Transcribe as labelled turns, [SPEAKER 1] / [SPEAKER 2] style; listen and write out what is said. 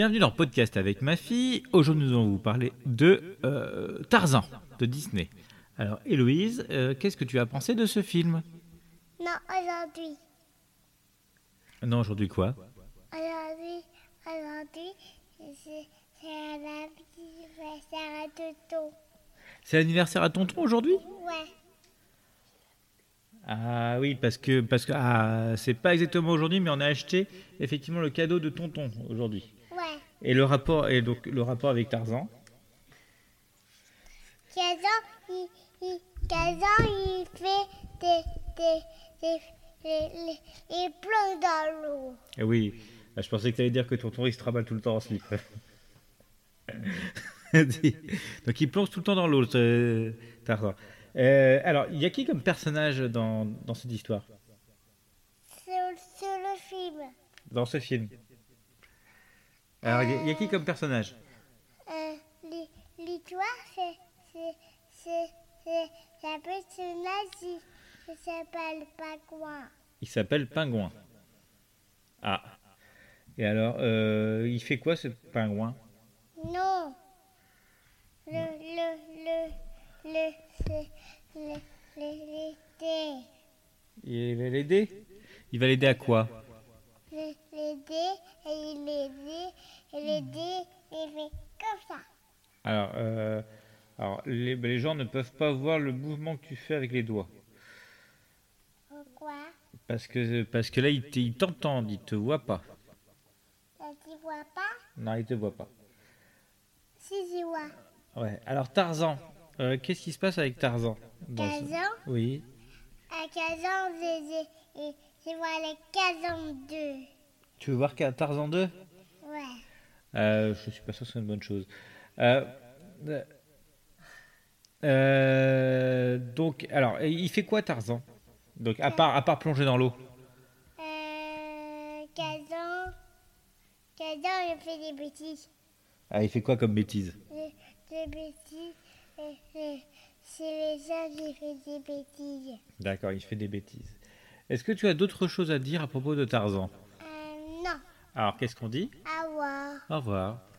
[SPEAKER 1] Bienvenue dans Podcast avec ma fille. Aujourd'hui, nous allons vous parler de euh, Tarzan de Disney. Alors, Héloïse, euh, qu'est-ce que tu as pensé de ce film
[SPEAKER 2] Non, aujourd'hui.
[SPEAKER 1] Non, aujourd'hui quoi
[SPEAKER 2] Aujourd'hui, aujourd'hui, c'est c'est la petite faire à Toto.
[SPEAKER 1] C'est l'anniversaire à Tonton aujourd'hui
[SPEAKER 2] Ouais,
[SPEAKER 1] Ah oui, parce que parce que ah, c'est pas exactement aujourd'hui, mais on a acheté effectivement le cadeau de Tonton aujourd'hui.
[SPEAKER 2] ouais.
[SPEAKER 1] Et le rapport et donc le rapport avec Tarzan.
[SPEAKER 2] 15 ans, il, il, 15 ans, il fait des, des, des, des, les- il plonge dans l'eau.
[SPEAKER 1] Eh oui, bah, je pensais que tu allais dire que Tonton il se traballe tout le temps en slip. donc il plonge tout le temps dans l'eau, ce Tarzan. Euh, alors, il y a qui comme personnage dans, dans cette histoire,
[SPEAKER 2] C'est c'est le film.
[SPEAKER 1] dans ce film Alors, il y a- il y a qui comme personnage
[SPEAKER 2] Euh, l'hi- L'histoire, c'est c'est- c'est- c'est la personnage qui qui s'appelle Pagouin.
[SPEAKER 1] Il s'appelle Pingouin. Ah. Et alors, euh, il fait quoi ce pingouin
[SPEAKER 2] Non. Le, le, le, le, le, le, le, le,
[SPEAKER 1] Il va l'aider Il va l'aider à quoi
[SPEAKER 2] le, le dé, et il est dé, et le dé, il fait comme ça.
[SPEAKER 1] Alors, euh, alors les, ben, les gens ne peuvent pas voir le mouvement que tu fais avec les doigts.
[SPEAKER 2] Pourquoi
[SPEAKER 1] Parce que, parce que là, ils t- ils t'entendent, ils te voient pas.
[SPEAKER 2] Là, tu vois pas
[SPEAKER 1] Non, ils te voient pas.
[SPEAKER 2] Si, tu vois.
[SPEAKER 1] Ouais. Alors, Tarzan. Euh, Qu'est-ce qui se passe avec Tarzan dans ce-
[SPEAKER 2] Kazan,
[SPEAKER 1] Oui.
[SPEAKER 2] à Kazan, je, je, et je vois les Kazan 2.
[SPEAKER 1] Tu veux voir qu'un Tarzan 2
[SPEAKER 2] Ouais.
[SPEAKER 1] euh, Je suis pas sûr que ce soit une bonne chose. Euh, euh, euh, donc, alors, et il fait quoi Tarzan Donc, à part, à part plonger dans l'eau.
[SPEAKER 2] Euh, Kazan, Kazan, il fait des bêtises.
[SPEAKER 1] Ah, il fait quoi comme bêtise
[SPEAKER 2] Les, les bêtises, euh, euh, c'est les gens qui font des bêtises.
[SPEAKER 1] D'accord, il fait des bêtises. Est-ce que tu as d'autres choses à dire à propos de Tarzan
[SPEAKER 2] Euh, non,
[SPEAKER 1] Alors, qu'est-ce qu'on dit
[SPEAKER 2] à voir.
[SPEAKER 1] Au revoir.